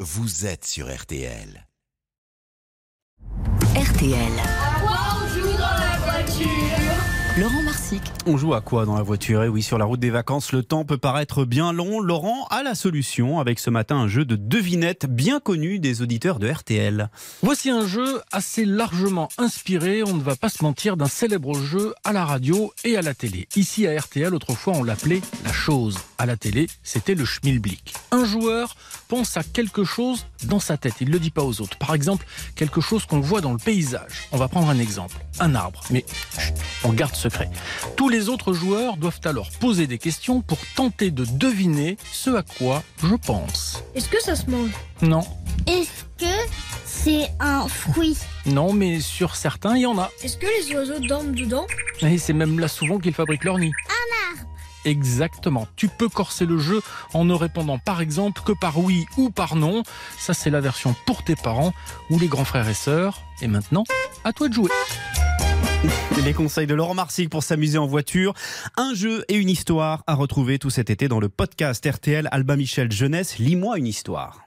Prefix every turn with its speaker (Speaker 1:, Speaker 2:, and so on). Speaker 1: vous êtes sur RTL.
Speaker 2: RTL.
Speaker 3: voiture
Speaker 2: Laurent Marsic.
Speaker 4: On joue à quoi dans la voiture Et oui, sur la route des vacances, le temps peut paraître bien long. Laurent a la solution avec ce matin un jeu de devinettes bien connu des auditeurs de RTL.
Speaker 5: Voici un jeu assez largement inspiré, on ne va pas se mentir, d'un célèbre jeu à la radio et à la télé. Ici à RTL, autrefois, on l'appelait la chose. À la télé, c'était le schmilblick. Un joueur pense à quelque chose dans sa tête, il ne le dit pas aux autres. Par exemple, quelque chose qu'on voit dans le paysage. On va prendre un exemple, un arbre. Mais chut, on garde secret. Tous les autres joueurs doivent alors poser des questions pour tenter de deviner ce à quoi je pense.
Speaker 3: Est-ce que ça se mange
Speaker 5: Non,
Speaker 6: Est-ce que c'est un fruit
Speaker 5: non, mais sur certains, il y en a.
Speaker 3: Est-ce que les oiseaux dorment dedans
Speaker 5: Et c'est même là souvent qu'ils fabriquent leur nid.
Speaker 6: Un arbre
Speaker 5: Exactement. Tu peux corser le jeu en ne répondant par exemple que par oui ou par non. Ça, c'est la version pour tes parents ou les grands frères et sœurs. Et maintenant, à toi de jouer.
Speaker 4: Les conseils de Laurent Marsic pour s'amuser en voiture. Un jeu et une histoire à retrouver tout cet été dans le podcast RTL Albin Michel Jeunesse. Lis-moi une histoire.